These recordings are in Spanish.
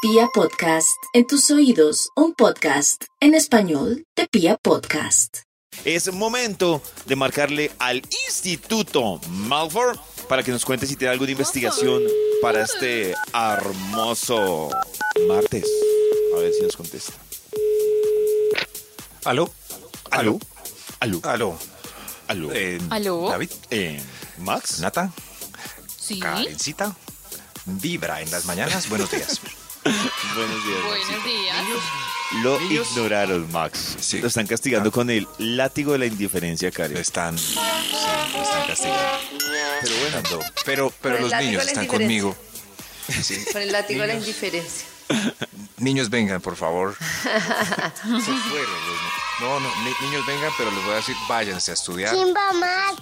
Pia Podcast, en tus oídos, un podcast en español de Pia Podcast. Es momento de marcarle al Instituto Malfour para que nos cuente si tiene algo de investigación para este hermoso martes. A ver si nos contesta. ¿Aló? ¿Aló? ¿Aló? ¿Aló? Ah, ¿Aló? Eh, ¿Aló? David, Eh, ¿Max? Nata, Sí. Karencita, vibra en las mañanas. Buenos días. Buenos días. Buenos días. Maxito. Lo ignoraron, Max. Sí. Ah. Lo están castigando con el látigo de la indiferencia, Lo Karen. están, sí, lo están castigando. Pero bueno, pero, pero el los látigo niños la están indiferencia. conmigo. Sí. Con el látigo de la indiferencia. Niños, vengan, por favor. Se fueron los ni- No, no, ni- niños, vengan, pero les voy a decir, váyanse a estudiar. ¿Quién va más?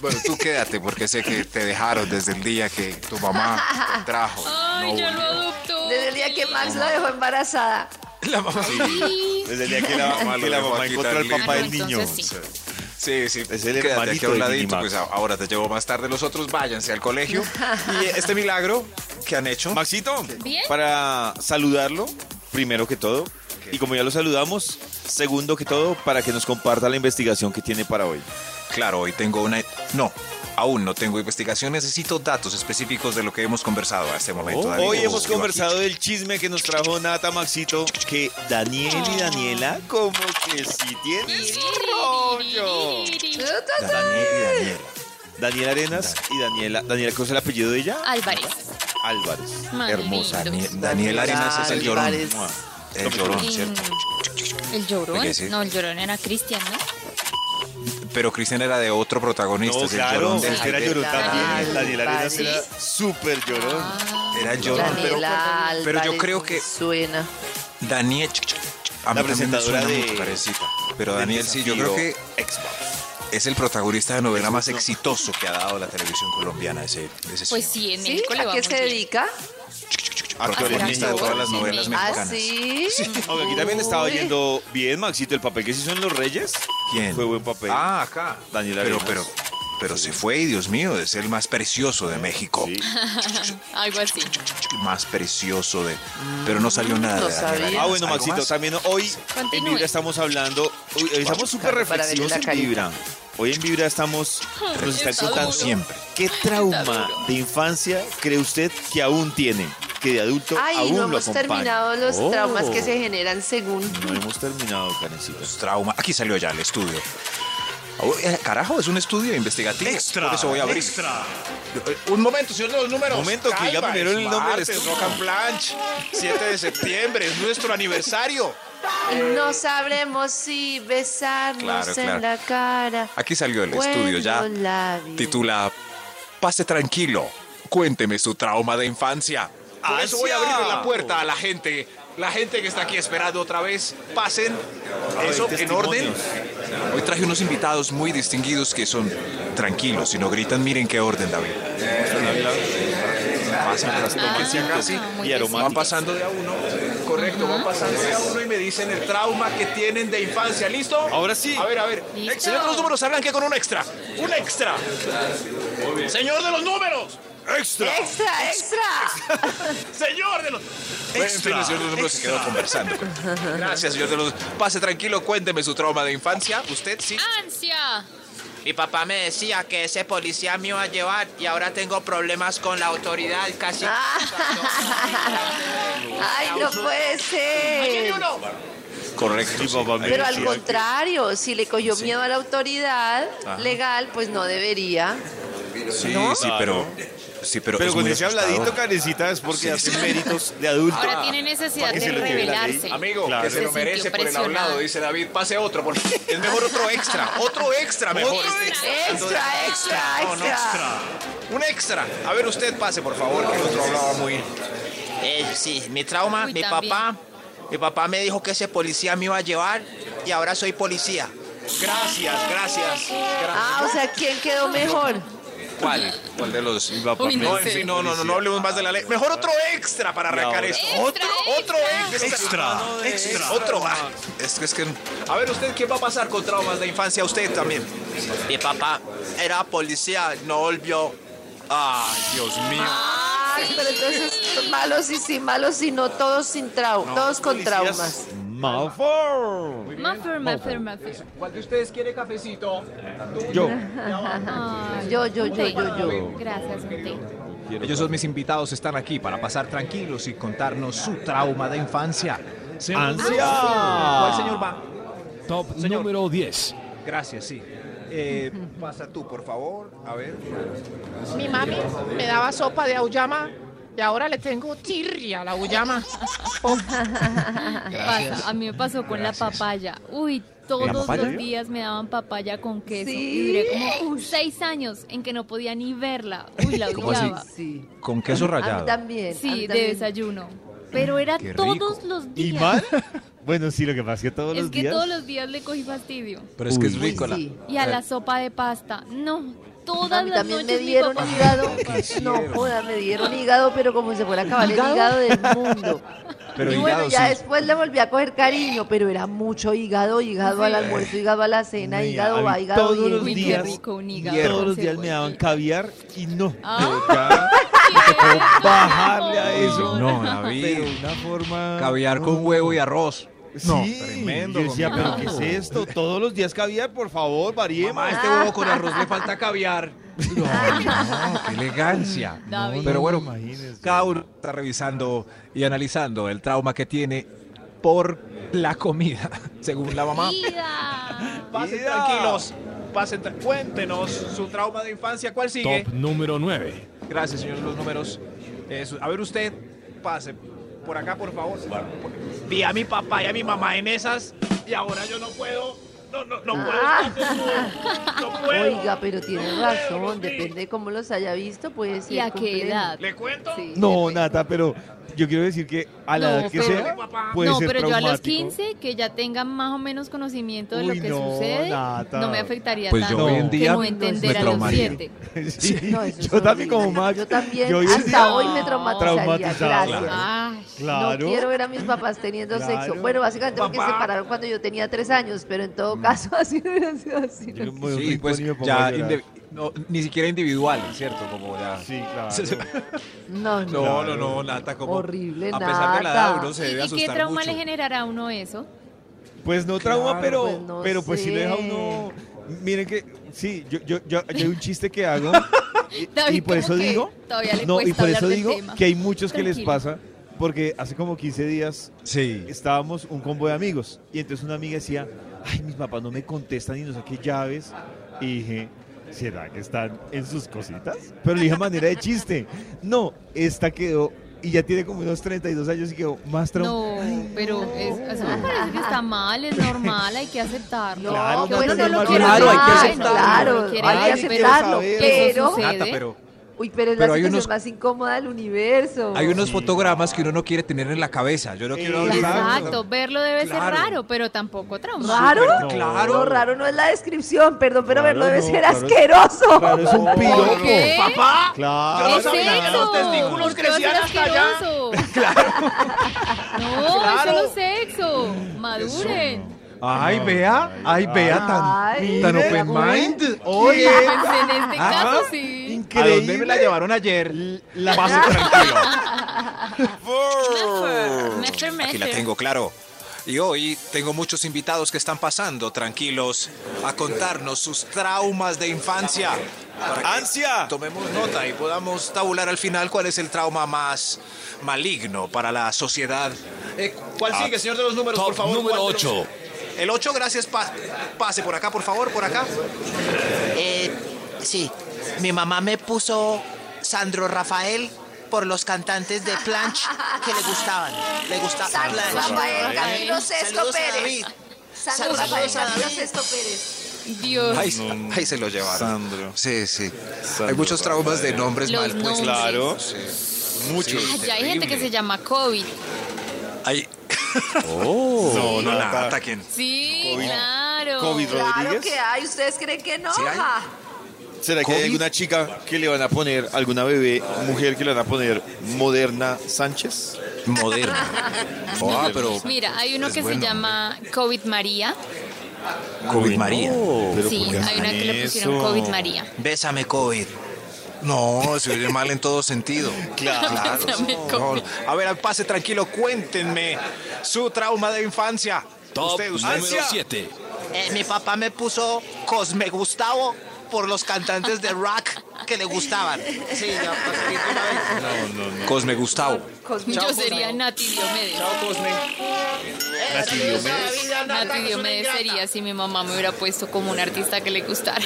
Bueno, tú quédate, porque sé que te dejaron desde el día que tu mamá te trajo. Ay, No ya lo volvió. adoptó. Desde el día que Max la dejó embarazada. La mamá. Desde el día que la, Mamá, lo que la dejó mamá aquí encontró tan al papá lindo. del Ah, no, niño. entonces sí. Sí, sí. Es el Quédate hermanito aquí a un de ladito, Minnie pues Mouse. a- ahora te llevo más tarde los otros, váyanse al colegio. y este milagro que han hecho. Maxito, Bien. para saludarlo, primero que todo, y como ya lo saludamos, segundo que todo, para que nos comparta la investigación que tiene para hoy. Claro, hoy tengo una... No, aún no tengo investigación, necesito datos específicos de lo que hemos conversado hasta el momento. David. Hoy Oh, hemos yo conversado aquí. del chisme que nos trajo Nata Maxito, que Daniel y Daniela como que sí tienen rollo. Daniel y Daniela. Daniel Arenas y Daniela, Daniela, ¿cómo es el apellido de ella? Álvarez. Álvarez. Más Hermosa. lindo. Daniel, Daniel Arenas es el llorón. Álvarez. Mua, El llorón, ¿cierto? El llorón. Oye, sí. No, el llorón era Cristian, ¿no? Pero Cristian era de otro protagonista. No, es el claro, llorón del usted era Jaime. llorón también. Álvarez. Daniel Arenas era súper llorón. Ah. Era el llorón, pero... Daniela pero yo Álvarez creo me que- Suena. Daniel... A La mí también me presentadora suena de- mucho, Karencita. Pero del Daniel sí, yo creo desafío que Xbox. es el protagonista de novela más no. exitoso que ha dado la televisión colombiana. Ese, ese Pues señor. sí, en ¿Sí? México le ¿A va qué muy se bien. dedica? Protagonista de todas las novelas ¿Ah, mexicanas. sí? Aunque aquí también estaba Uy. yendo bien, Maxito, el papel que se hizo en Los Reyes. ¿Quién? Fue buen papel. Ah, acá. Pues, Daniel pero, Arenas. pero, pero se fue y Dios mío, es el más precioso de México. Sí. Algo así. Más precioso de. Pero no salió nada no de Daniel sabía. Arenas. Ah, bueno, ¿Algo Maxito, más? también hoy en Continúe. Vibra estamos hablando. Hoy, hoy estamos súper Claro, para reflexivos en verle la carita. Vibra. Hoy en Vibra estamos. Nos están Está contando duro. Siempre. qué trauma duro. de infancia cree usted que aún tiene, que de adulto Ay, aún no lo hemos acompaña? terminado los Oh. traumas que se generan según. No hemos terminado, Karencita. Los traumas. Aquí salió ya el estudio. Oh, eh, Carajo, es un estudio investigativo. Por eso voy a abrir. Eh, Un momento, señor de los números. Momento, que diga Calma, primero el es nombre del martes, estudio. Rock and Planch, 7 de septiembre, es nuestro aniversario. Y no sabremos si besarnos Claro, en claro. la cara. Aquí salió el estudio ya. Cuerdo labio. Titula Pase tranquilo, cuénteme su trauma de infancia. Por eso voy a abrir la puerta a la gente. La gente que está aquí esperando otra vez, pasen. Eso Este en orden. Hoy traje unos invitados muy distinguidos que son tranquilos. Si no gritan, miren qué orden, David. Pasen por las puertas, casi. Ah, muy y aromáticos. Van pasando de a uno. Correcto, van pasando de a uno y me dicen el trauma que tienen de infancia. ¿Listo? Ahora sí. A ver, a ver. Listo. Eh, Señor de los números, arranque con un extra. Un extra. Señor de los números. Extra. ¡Extra, extra! Señor de los. Extra. el señor de los números se quedó conversando. Gracias, señor de los. Pase tranquilo, cuénteme su trauma de infancia. Usted sí. Ah. ¡Ansia! Mi papá me decía que ese policía me iba a llevar y ahora tengo problemas con la autoridad casi. ¡Ay, no puede ser! Correcto. Mi papá me Pero al decía que- contrario, si le cogió miedo a la autoridad legal, pues no debería. Sí, sí, pero. Sí, pero. Pero es con muy ese asustador. habladito, Karencita, es porque hace méritos de adulto. Ah. Ahora tiene necesidad que de se lo lleve la ley. revelarse. Amigo, Claro. que se, lo Se sintió merece por el presionado. hablado, dice David. Pase otro, por favor. Es mejor otro extra. Otro extra, mejor. Otro Este extra. ¡Extra, extra, No, no, extra! Un extra. A ver, usted pase, por favor, que el otro hablaba muy. Eh, sí, mi trauma, Uy, mi también. papá. Mi papá me dijo que ese policía me iba a llevar y ahora soy policía. Gracias, gracias. Ah, o sea, ¿quién quedó mejor? ¿Cuál? ¿Cuál de los.? Uy, No, no en sé. fin, no, no, no, no hablemos más de la ley. Mejor otro extra para arrancar ahora- esto. Extra, otro, otro extra. Extra, Otro. ah, es que es que. A ver, usted, ¿qué va a pasar con traumas de infancia? Usted también. Mi papá era policía, no volvió. Ay, Dios mío. Ay, pero entonces, malos y sí, malos y no, todos sin trau, todos con traumas. Malfour. Muffer, muffer, muffer. ¿Cuál de ustedes quiere cafecito? Yo. Yo, yo, yo, yo, yo. Gracias, Mateo. Ellos son mis invitados, están aquí para pasar tranquilos y contarnos su trauma de infancia. Señor, Ansia. ¿Cuál señor va? Top Señor. número 10. Gracias, sí. Eh, pasa tú, por favor. A ver. Mi mami me daba sopa de auyama y ahora le tengo tirria a la auyama. Pasa, a mí me pasó con la papaya. Uy, ¿La todos papaya? los días me daban papaya con queso. Sí. Y duré como seis años en que no podía ni verla. Uy, la ¿Cómo así? odiaba. Sí. Con queso A mí rallado. también. a mí Sí, de también. desayuno. Pero era Qué rico. todos los ¿Y días. mal? Bueno, sí, lo que pasa es que todos Es los que días. Eh. todos los días le cogí fastidio. Pero es que es Uy, rico. la- sí. Y a la sopa de pasta. No, A todas mí las también noches me mi dieron papá- hígado. hicieron? No, joda, me dieron hígado, pero como se fuera a acabar el hígado del mundo. Pero y bueno, hígado, ya sí. después le volví a coger cariño, pero era mucho hígado, hígado al almuerzo, hígado a la cena, Mía, a hígado mí va, hígado todos viene. los Uy, qué días, rico, un hígado todos con los días me daban cebollita. caviar y no. Ah. Tocaba bajarle a eso. No, David. Pero de una forma. Caviar con huevo y arroz. No, Sí, tremendo. Yo decía, pero Gonzalo. ¿qué es esto? Todos los días caviar, por favor, varíemos. Mamá, este huevo con arroz le falta caviar. No, no, qué elegancia. David. No, pero bueno, Imagínese. cada uno está revisando y analizando el trauma que tiene por la comida, según la mamá. Ida. Pasen Mira. tranquilos. Pasen tra- Cuéntenos su trauma de infancia. ¿Cuál sigue? Top número 9. Gracias, señor. Los números. Eso. A ver, usted, pase por acá, por favor. Vi a mi papá y a mi mamá en esas y ahora yo no puedo. No, no, no puedo. Ah. estar desnudo. No puedo. Oiga, pero tiene razón, depende cómo los haya visto, puede ser. ¿Y a qué complejo. edad? ¿Le cuento? Sí, No, depende. Nata, pero yo quiero decir que a la No, edad que pero- sea, puede Pues, no, ser pero yo a los traumático. 15, que ya tengan más o menos conocimiento de Uy, lo que no, sucede, Nata. no me afectaría Pues yo tanto hoy en día que no entender me a los traumaría. 7. Sí, No, eso es yo también horrible. como Max. Yo también, yo hoy en hasta día- hoy me traumatizaría, Traumatizado. gracias. Ay, Claro. No quiero ver a mis papás teniendo Claro. sexo. Bueno, básicamente porque se Papá. separaron cuando yo tenía tres años, pero en todo caso así hubiera sido así. Mm. Yo me Sí, rico pues ni me pongo a ya llorar. inde- no, ni siquiera individual, ¿cierto? Como ya. Sí, claro. Se- se- No, no. No, no, no, Nata, como. Horrible, A pesar de la edad, Nata. uno se ¿Y- debe ¿Y qué asustar trauma mucho. le generará a uno eso? Pues no trauma, Claro, pero pues no pero pues sí le deja sé. uno. Miren que sí, yo yo yo, yo hay un chiste que hago y, David, y por como eso que digo, todavía le no y cuesta por hablar eso del digo tema. que hay muchos que les Tranquilo. pasa porque hace como 15 días Sí. estábamos un combo de amigos y entonces una amiga decía, ay, mis papás no me contestan y no sé qué llaves. Y dije, ¿será que están en sus cositas? Pero le dije a manera de chiste, no, esta quedó y ya tiene como unos 32 años y quedó más trauma. No, pero es, eso me parece que está mal, es normal, hay que aceptarlo. Claro, que no, uno pero no es lo normal. quiere Claro, hay que aceptar, aceptarlo. no lo Claro, quiere hay que aceptar, aceptarlo, pero pero- eso sucede. Nata, pero. Uy, pero es Pero la hay situación unos- más incómoda del universo. Hay unos Sí. fotogramas que uno no quiere tener en la cabeza. Yo no quiero Exacto. Exacto, verlo debe Claro. ser raro, pero tampoco trauma. ¿Raro? Súper, claro. No, raro no es la descripción, perdón, pero Claro, verlo debe no, ser claro, asqueroso. Claro, es un ¿Por piropo. qué? ¡Papá! Claro. Ah, ¿Qué Yo es no sabía que eso? los testículos ¿Por qué va a ser crecían hasta allá. asqueroso? No, Claro. es solo sexo. Maduren. Ay, vea, ay, vea Ay, tan, tan mira, open ¿cómo es? mind. Oye. Pues en este caso sí. ¿A Increíble. dónde me la llevaron ayer? La paso tranquilo. Mefer, mefer, Aquí la mefer. tengo, claro. Y hoy tengo muchos invitados que están pasando tranquilos a contarnos sus traumas de infancia. Para que ¡Ansia! Tomemos nota y podamos tabular al final cuál es el trauma más maligno para la sociedad. Eh, ¿Cuál sigue, señor de los números, por favor? Número 8. El 8, gracias. pa- pase por acá, por favor, por acá. Eh, sí, mi mamá me puso Sandro Rafael por los cantantes de Planch que le gustaban. Le gustaba Sandro Planch. Rafael, Camilo Sesto Saludos a Pérez. David. Sandro Saludos Rafael, a Camilo David. Sesto Pérez. Dios. Ahí, ahí se lo llevaron. Sandro. Sí, sí. Hay Sandro muchos traumas de Rafael. nombres Los mal puestos. nombres. Claro. Muchos. Ay, ya hay gente que se llama COVID. Hay- No, No, no, Nata. nada, ataquen. Sí, claro. COVID. Claro Rodríguez. que hay, ¿ustedes creen que no? Sí hay. Ja. ¿Será que hay COVID? alguna chica que le van a poner, alguna bebé, mujer que le van a poner Moderna Sánchez? Moderna. Ah, pero Mira, hay uno Es que bueno. se llama COVID María. COVID María. Pero Sí, ¿por qué hay una que le hacen pusieron eso? COVID María. Bésame, COVID. No, se oye mal en todo sentido. Claro. No, no. A ver, pase tranquilo, cuéntenme su trauma de infancia. Top Usted, usted. número Ansia. 7. Eh, mi papá me puso Cosme Gustavo por los cantantes de rock que le gustaban. Sí, ya pasé por una vez. Cosme Gustavo. Yo sería Nati Diomedes. Nati Diomedes. Nati Diomedes sería si mi mamá me hubiera puesto como un artista que le gustara.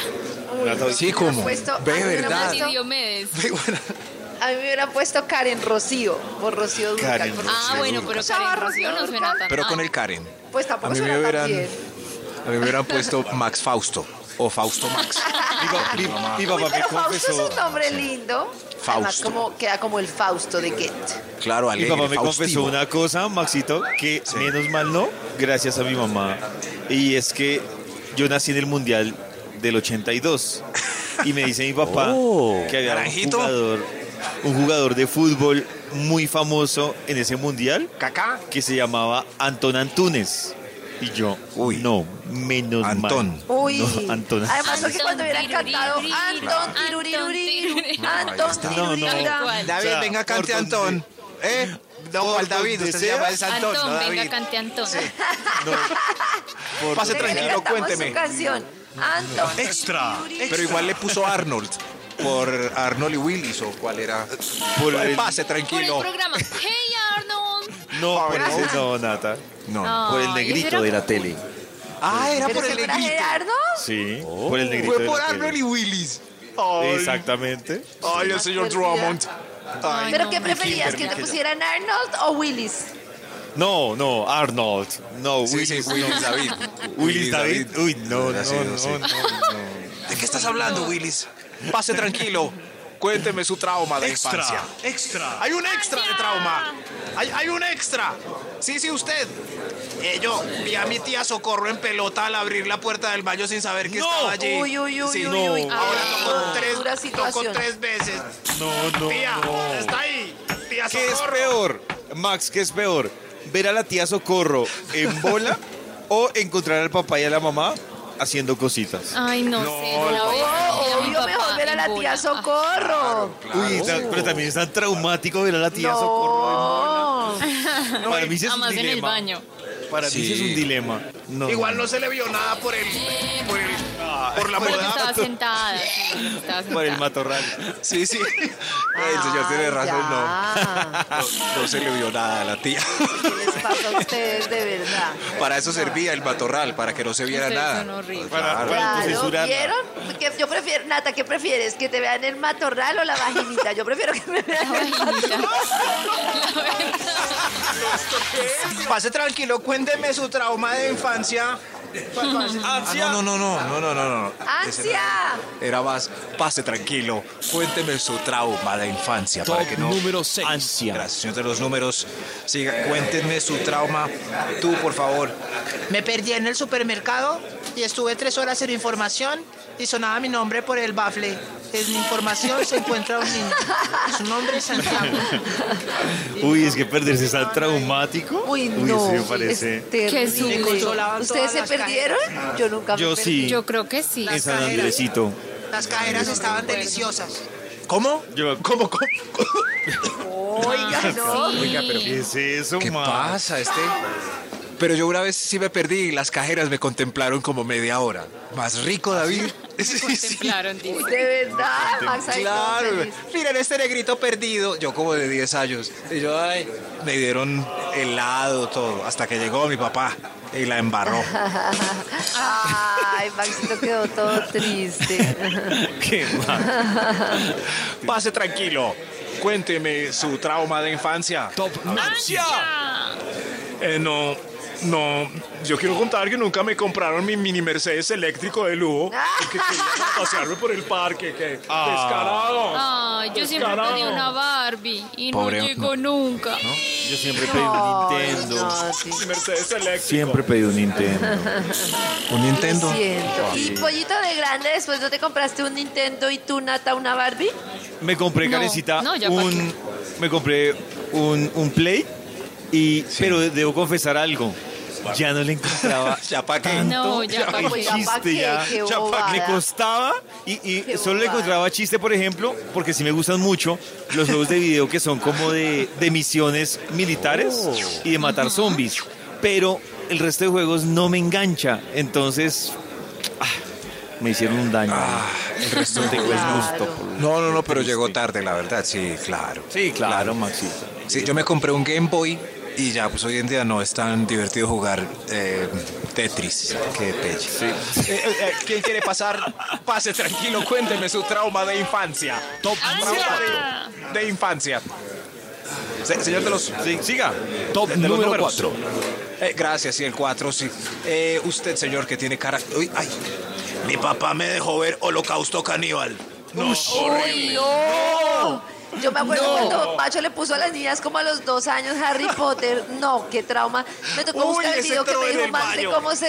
Nata- Sí, como. puesto- Ve, ah, verdad. Nati Diomedes. A mí me hubiera puesto Karen Rocío, por Rocío Dúrcal, Karen por- Ah, bueno, pero Karen Rocío no suena tan Pero con mal. el Karen. Pues A tampoco mí suena me tan hubieran, bien. a mí me hubieran puesto Max Fausto o Fausto Max. Mi pa- mi- Mi Uy, papá me pero Fausto es confesó. un nombre lindo. Además, Fausto. como, queda como el Fausto de Get. Claro, Mi alegre, papá me confesó Faustivo. una cosa, Maxito, que menos mal no, gracias a mi mamá. Y es que yo nací en el Mundial del 82. Y me dice mi papá Oh. que había un Naranjito. jugador, un jugador de fútbol muy famoso en ese Mundial Cacá. que se llamaba Antón Antunes. Y yo, Uy. no, menos Antón. mal. Uy. No, Antón. Además, porque Antón cuando hubieran cantado Tiruririri, Antón Antón Tiruririri, Tiruririri. Ahí Antón está. No, no. Tiruririra. Tal cual. David, O sea, venga, cante por donde- Antón. ¿Eh? No, por al David, donde usted se llama sea. es Antón, Ah, Antón, no venga, David. cante Antón. Por- Pase Venga, tranquilo, cantamos cuénteme. su canción. Antón Extra. Tiruririri. Pero igual le puso Arnold. Por Arnold y Willis, o cuál era. Pues Por el- pase Por el tranquilo. programa. Hey Arnold. No, por ese no, Nata. No. No. Por el Ay, negrito era de la tele. Ah, era ¿Pero por el se fuera negrito. Gerardo? Sí, por el negrito Oh. Fue de por la Arnold tele. y Willis. Exactamente. Ay, el señor Drummond. Ay, ¿Pero no, qué me preferías? ¿Que te pusieran Arnold o Willis? No, no, Arnold. No, Sí, Willis. sí, Willis David. Willis David. Uy, no, no, Hubiera sido, sí. no, no. ¿De qué estás hablando, Willis? Pase tranquilo. Cuénteme su trauma de infancia. extra. Hay un extra de trauma. Hay, hay un extra. Sí, sí, usted. Eh, yo vi a mi tía Socorro en pelota al abrir la puerta del baño sin saber que No. estaba allí. Uy, uy, uy, Sí. uy, uy, qué Ahora tocó dura tres, tocó situación. tres veces. No, no, Tía, no. está ahí. Tía ¿Qué es Socorro. peor, Max? ¿Qué es peor? ¿Ver a la tía Socorro en bola o encontrar al papá y a la mamá haciendo cositas? Ay, no, sé. No, No, veo a mi Oh, obvio papá mejor ver a en la bola. tía Ah, Socorro. Uy, está- pero también es tan traumático ver a la tía Socorro en bola. No. Para mí ese es un Además en el dilema. baño. Para mí ese es un dilema. No. Igual no se le vio nada por el. por el. por la Porque moda. estaba sentada. sí, estaba Por el sentada. matorral. Sí, sí. El señor tiene Ay, razón, no. ya. no. No se le vio nada a la tía. ¿Qué les pasa a ustedes de verdad? Para eso servía el matorral, para que no se viera Ustedes nada. son horribles. Para, para Claro, autocensurar. ¿vieron? Que yo prefiero, Nata, ¿qué prefieres? ¿Que te vean el matorral o la vaginita? Yo prefiero que me vean el matorral. Pase tranquilo, cuénteme su trauma de infancia. Ansia. Ah, no, no, no, no, no, no, no. no. ¡Ansia! Era más, pase tranquilo, cuénteme su trauma de infancia Top para que no. número 6. Gracias, señor de los números. Siga, cuéntenme su trauma. Tú, por favor. Me perdí en el supermercado y estuve tres horas sin información y sonaba mi nombre por el bafle. En mi información se encuentra un niño. Su nombre es Santiago. Uy, es que perderse es tan traumático. Uy, Uy, no. eso me parece. es Qué terrible. susto. ¿Ustedes se perdieron? Yo nunca me Yo perdí. sí, Yo creo que sí. en San Andresito. Las cajeras estaban deliciosas. ¿Cómo? Yo- ¿Cómo, cómo? Oiga, no. Oiga, pero ¿Qué es eso, ¿Qué man? pasa, este? Pero yo una vez sí me perdí y las cajeras me contemplaron como media hora. Más rico, David. Sí, sí. Contemplaron, dice. De verdad, Max, ahí todo Claro, feliz. miren este negrito perdido. Yo como de 10 años. Y yo, ay, me dieron helado, todo. Hasta que llegó mi papá y la embarró. Ay, Maxito quedó todo triste. ¿Qué man? Pase tranquilo. Cuénteme su trauma de infancia. Top número 7. Eh, no, no. Yo quiero contar que nunca me compraron mi mini Mercedes eléctrico de lujo. Porque quería pasearme por el parque. Que descarado. Ay, yo siempre Descarado. pedí una Barbie y Pobre- no llegó nunca. Yo siempre pedí un Nintendo. No, sí. Mi Mercedes eléctrico. Siempre pedí un Nintendo. Un Lo siento. Y pollito de grande, después no te compraste un Nintendo y tú, Nata, una Barbie. Me compré, No, Carecita, no, ya pa' un... Me compré un, un Play, y, pero debo confesar algo. Ya no le encontraba Ya pa' qué. No, ya pa' el qué. Ya pa' chiste qué, ya. qué ya pa' qué. bobada. Me costaba y, Qué y solo le bobada. encontraba chiste, por ejemplo, porque sí me gustan mucho los juegos de video que son como de, de misiones militares y de matar zombies. Pero el resto de juegos no me engancha. Entonces, ah, me hicieron un daño. el resto de juegos Ah, Claro. gusto. No, no, no, pero llegó tarde, la verdad, sí, claro. Sí, claro, Maxito. Sí, yo me compré un Game Boy y ya, pues hoy en día no es tan divertido jugar eh, Tetris. Qué pelle. Eh, eh, eh, ¿Quién quiere pasar? Pase tranquilo, cuénteme su trauma de infancia. Top trauma de, de infancia. Se- señor de los... Sí, siga. Top número cuatro. Eh, gracias, y el 4, sí. Eh, usted, señor, que tiene cara... Uy, ay, mi papá me dejó ver Holocausto Caníbal. Uy, no. Yo me acuerdo cuando Pacho le puso a las niñas como a los dos años Harry Potter. No, qué trauma. Me tocó Uy, buscar el ese video que trono me en dijo el Max de baño. cómo se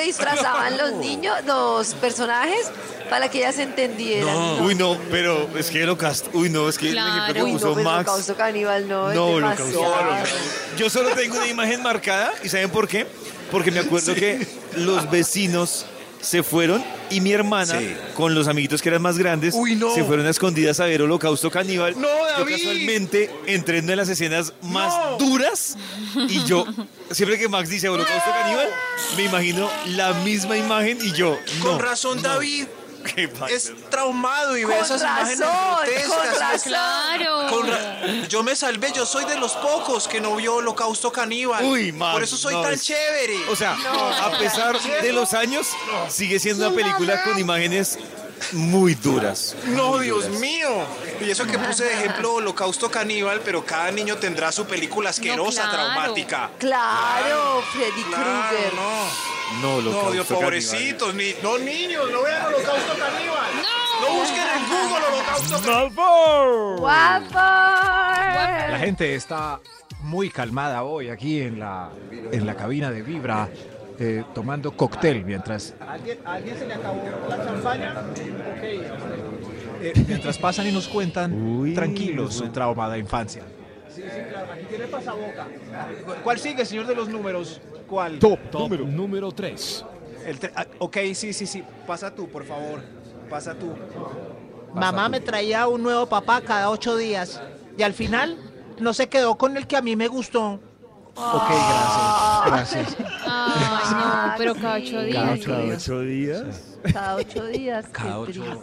disfrazaban los niños, los personajes, para que ellas entendieran. Uy, no, pero es que lo cast. Uy, no, es que el ejemplo Claro. que Uy, puso no, pues, pero Max. Holocausto Caníbal no, es No, demasiado. Holocausto Yo solo tengo una imagen marcada y ¿saben por qué? Porque me acuerdo que los vecinos se fueron y mi hermana Sí. con los amiguitos que eran más grandes Uy, no. se fueron a escondidas a ver Holocausto Caníbal. No, Yo David. casualmente entré en una de las escenas más No. duras y yo siempre que Max dice Holocausto Caníbal me imagino la misma imagen y yo Con no, razón, no, David. qué vaina. Es traumado y ve Con esas imágenes razón, grotescas. con razón. Claro. Con ra- Yo me salvé, yo soy de los pocos que no vio Holocausto Caníbal. Uy, man, Por eso soy no, tan es- chévere. O sea, a pesar de los años, sigue siendo una película con imágenes muy duras. no, Dios mío. Y eso que puse de ejemplo Holocausto Caníbal, pero cada niño tendrá su película asquerosa, claro. traumática. Claro, Freddy Claro, Krueger. no. No, lo No, Dios, pobrecitos. Ni, no, niños, no vean Holocausto Caníbal. No, busquen en Google Holocausto Caníbal. Guapo. La gente está muy calmada hoy aquí en la, en la cabina de Vibra, eh, tomando cóctel mientras... ¿Alguien, se le acabó la champaña? Eh, mientras pasan y nos cuentan tranquilos su trauma de infancia. ¿Cuál sigue, señor de los números? ¿Cuál? Top, número. 3. El tre- ah, ok, sí, sí, sí. Pasa tú, por favor. Pasa tú. Mamá me traía un nuevo papá cada ocho días y al final no se quedó con el que a mí me gustó. Ok, gracias. Gracias. Ay, no, Ah, pero cada ocho Cada días. ocho, ocho días. Cada ocho días. Cada ocho.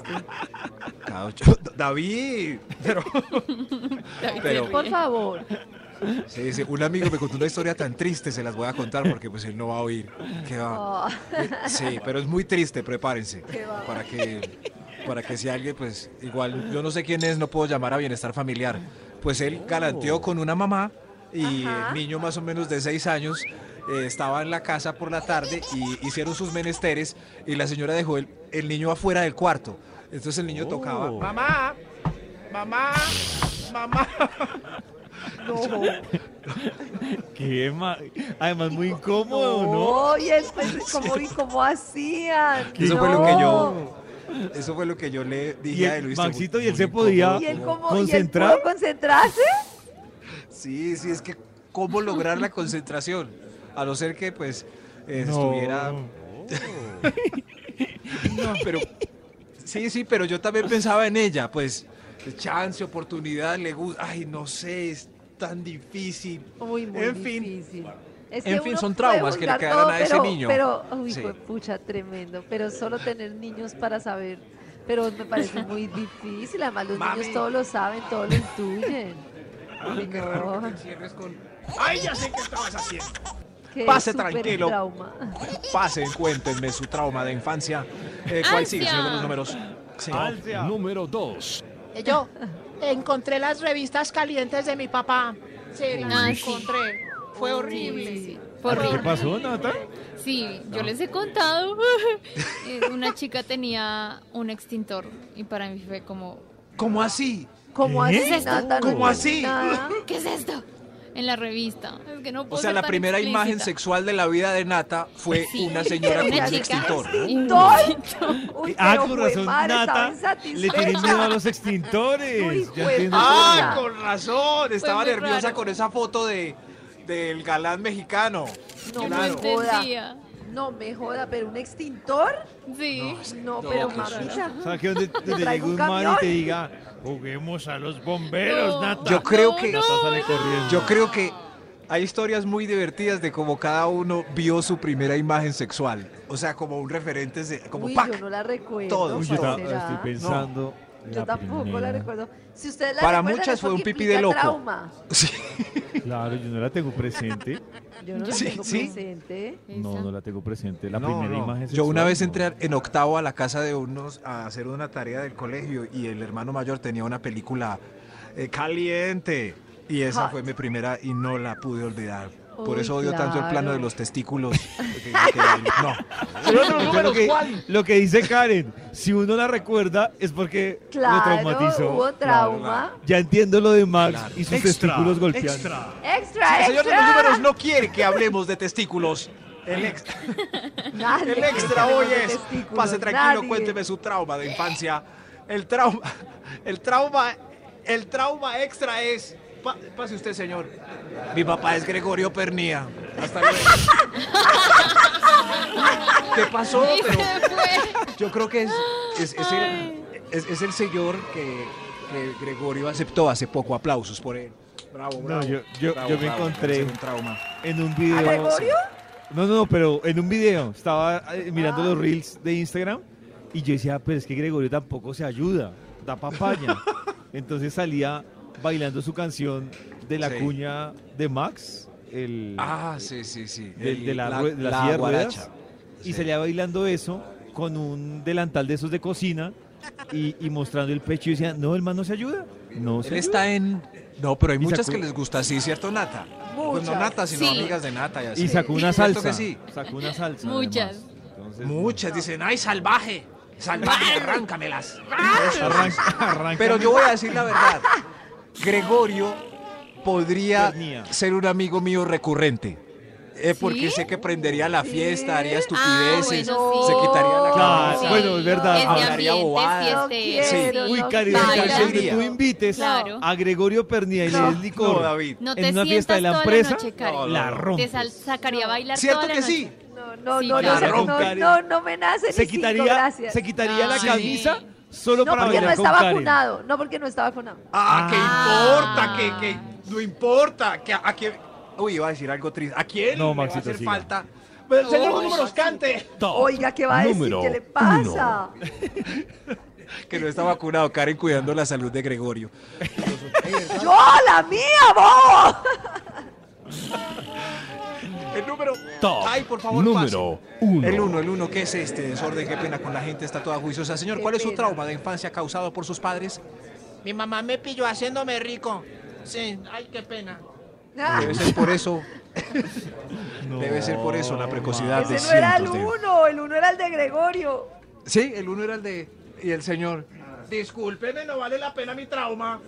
Cada ocho- David, pero... pero Por favor. sí, sí, un amigo me contó una historia tan triste, se las voy a contar porque pues él no va a oír. ¿Qué va? Oh, Sí, pero es muy triste, prepárense. Qué va. Para que, para que si alguien, pues igual, yo no sé quién es, no puedo llamar a bienestar familiar. Pues él galanteó Oh. con una mamá y el niño más o menos de seis años eh, estaba en la casa por la tarde y hicieron sus menesteres y la señora dejó el, el niño afuera del cuarto. Entonces el Oh. niño tocaba, Mamá, mamá, mamá. No. Qué ma- Además, muy incómodo, ¿no? y después, ¿cómo, y cómo hacían? Eso fue lo No. que yo. Eso fue lo que yo le dije Y a el él. ¿viste? Maxito, y él Muy se podía- ¿Y él cómo ¿Concentrar? ¿y él pudo concentrarse? incómodo. Sí, sí, es que cómo lograr la concentración. A no ser que pues eh, estuviera. No, pero. Sí, sí, pero yo también pensaba en ella, pues. Chance, oportunidad, le gusta. Ay, no sé, es tan difícil. Uy, muy En fin. difícil. Es En fin, uno son puede traumas que le buscar quedaron todo, a ese pero- niño. Pero, uy, Sí. fue pucha, tremendo. Pero solo tener niños para saber. Pero me parece muy difícil. Además, los Mami. niños todo lo saben, todo lo intuyen. Uy, no, Cierres con. ¡Ay, ya sé qué estabas haciendo! qué Pase súper tranquilo. trauma. Pasen, cuéntenme su trauma de infancia. Eh, ¿Cuál sigue, señor de los números? Sí. Número 2. Eh, Yo encontré las revistas calientes de mi papá. Sí, las Ah, sí. encontré. Fue eh, horrible. Por ¿Qué pasó, Nata? Sí, yo les he contado. Eh, Una chica tenía un extintor y para mí fue como, ¿Cómo así? ¿Cómo ¿Eh? así? Nata? No ¿Cómo entendí así? nada. ¿qué es esto? En la revista. Es que no O puedo sea, ser la tan primera imagen explícita. sexual de la vida de Nata fue Sí, una señora con una un chica. extintor. ¡Extintor! Uy, Ah, pero con jue razón, madre, estaba Nata le tiene insatisfecha. miedo a los extintores. Uy, Ya jue- entiendo. ¡Ah, Hola. con razón! Estaba muy nerviosa raro. con esa foto de del galán mexicano. No Yo me no joda. entendía. No me joda, pero un extintor. Sí. No, pero mamita. ¿Sabes que donde, donde traigo llegue un un man camión. y te diga, juguemos a los bomberos, No. Nata? Yo creo que- Nata sale corriendo. Yo creo que hay historias muy divertidas de cómo cada uno vio su primera imagen sexual. O sea, como un referente, se- como Uy, ¡pac! yo no la recuerdo. Todo. Uy, ¿cuál yo ta- será? estoy pensando. en Yo la tampoco la primera. recuerdo. Si ustedes la Para recuerdan, muchas es fue un porque pipí de implica loco. Trauma. Claro, yo no la tengo presente. Yo no la Sí, tengo sí. presente. No, no la tengo presente. La No, primera no. imagen. Yo una sexual, vez no. entré en octavo a la casa de unos a hacer una tarea del colegio y el hermano mayor tenía una película eh, caliente y esa Hot. fue mi primera y no la pude olvidar. Por Uy, eso odio tanto el plano de claro. los testículos. porque no queda- no. Entonces, lo, que, lo que dice Karen, si uno la recuerda es porque lo Claro, traumatizó. hubo trauma. Ya entiendo lo de Max y sus testículos golpeando. extra. Extra, El señor de los extra. números no quiere que hablemos de testículos. El extra, Nadie el quiere extra que hoy hablemos de es. testículos, Pase tranquilo, nadie. cuénteme su trauma de infancia. El trauma, el trauma, el trauma extra es. pa- pase usted, señor. Mi papá es Gregorio Pernía. Hasta luego. ¿Qué pasó? Y Pero se fue. yo creo que es, es, es el, Ay. es- es el señor que, que Gregorio aceptó hace poco. Aplausos por él. Bravo, No, bravo. yo- yo- bravo, yo me bravo, encontré- debe ser un trauma. En un video. ¿A Gregorio? No, no, no, pero en un video. Estaba eh, mirando los reels de Instagram y yo decía, pero es que Gregorio tampoco se ayuda, da papaya. Entonces salía bailando su canción de la Sí. cuña de Max, el, Ah, sí, sí, sí. de, El- de la, rue- de la silla de ruedas, guaracha. y salía bailando eso con un delantal de esos de cocina y, y mostrando el pecho y decía, no, el man no se ayuda. No Él se ayuda". está en. No, pero hay Y muchas sacó- que les gusta así, ¿cierto, Nata? Pues no Muchas. Nata, sino Sí. amigas de Nata. Y, así. Y sacó una ¿Cierto salsa. que sí? Sacó una salsa. Muchas. además. Entonces, Muchas dicen, ¡ay, salvaje! ¡Salvaje, arráncamelas! Arranca, arranca. Pero yo voy a decir la verdad. Gregorio podría Pernía. ser un amigo mío recurrente. eh, porque ¿Sí? Ah, sé que prendería la fiesta, haría estupideces, bueno, sí. se quitaría la Claro, camisa. bueno, es verdad. Es de ambiente, Hablaría este, es bobadas. No fiestero. Sí. quiero, Uy, no Karen, quiero. Baila. entonces donde tú Baila. invites Claro. a Gregorio Pernía y No. Leslie Licor No, David. No te en una sientas fiesta de la toda empresa, noche, Karen. No, no, la no. rompe. Te sal- sacaría a bailar ¿Cierto toda la que noche. sí? No, no, Sí, no, no, claro. no, no, no, no me nace ni Se cinco, quitaría, gracias. se quitaría la Ay. camisa solo No, para porque no bailar está con Karen. vacunado. No, porque no está vacunado. Ah, que Ah. ah, importa, que, que no importa, que a, a quién. Uy, iba a decir algo triste. ¿A quién le No, va a Maxito, hacer siga. falta? Pero, señor, números, cante. Top Oiga, ¿qué va a decir? número ¿Qué le uno. pasa? Que no está vacunado, Karen cuidando la salud de Gregorio. ¡Yo, la mía, bobo! El número. Top Ay, por favor, número pase. uno. El uno, el uno. ¿Qué es este desorden? Qué pena con la gente, está toda juiciosa. Señor, Qué ¿cuál es su pena. trauma de infancia causado por sus padres? Mi mamá me pilló haciéndome rico. Sí, ay, qué pena. Debe ser por eso. No, Debe ser por eso la precocidad de Ese no era el cientos de- uno, el uno era el de Gregorio. Sí, el uno era el de. Y el señor. Discúlpeme, no vale la pena mi trauma.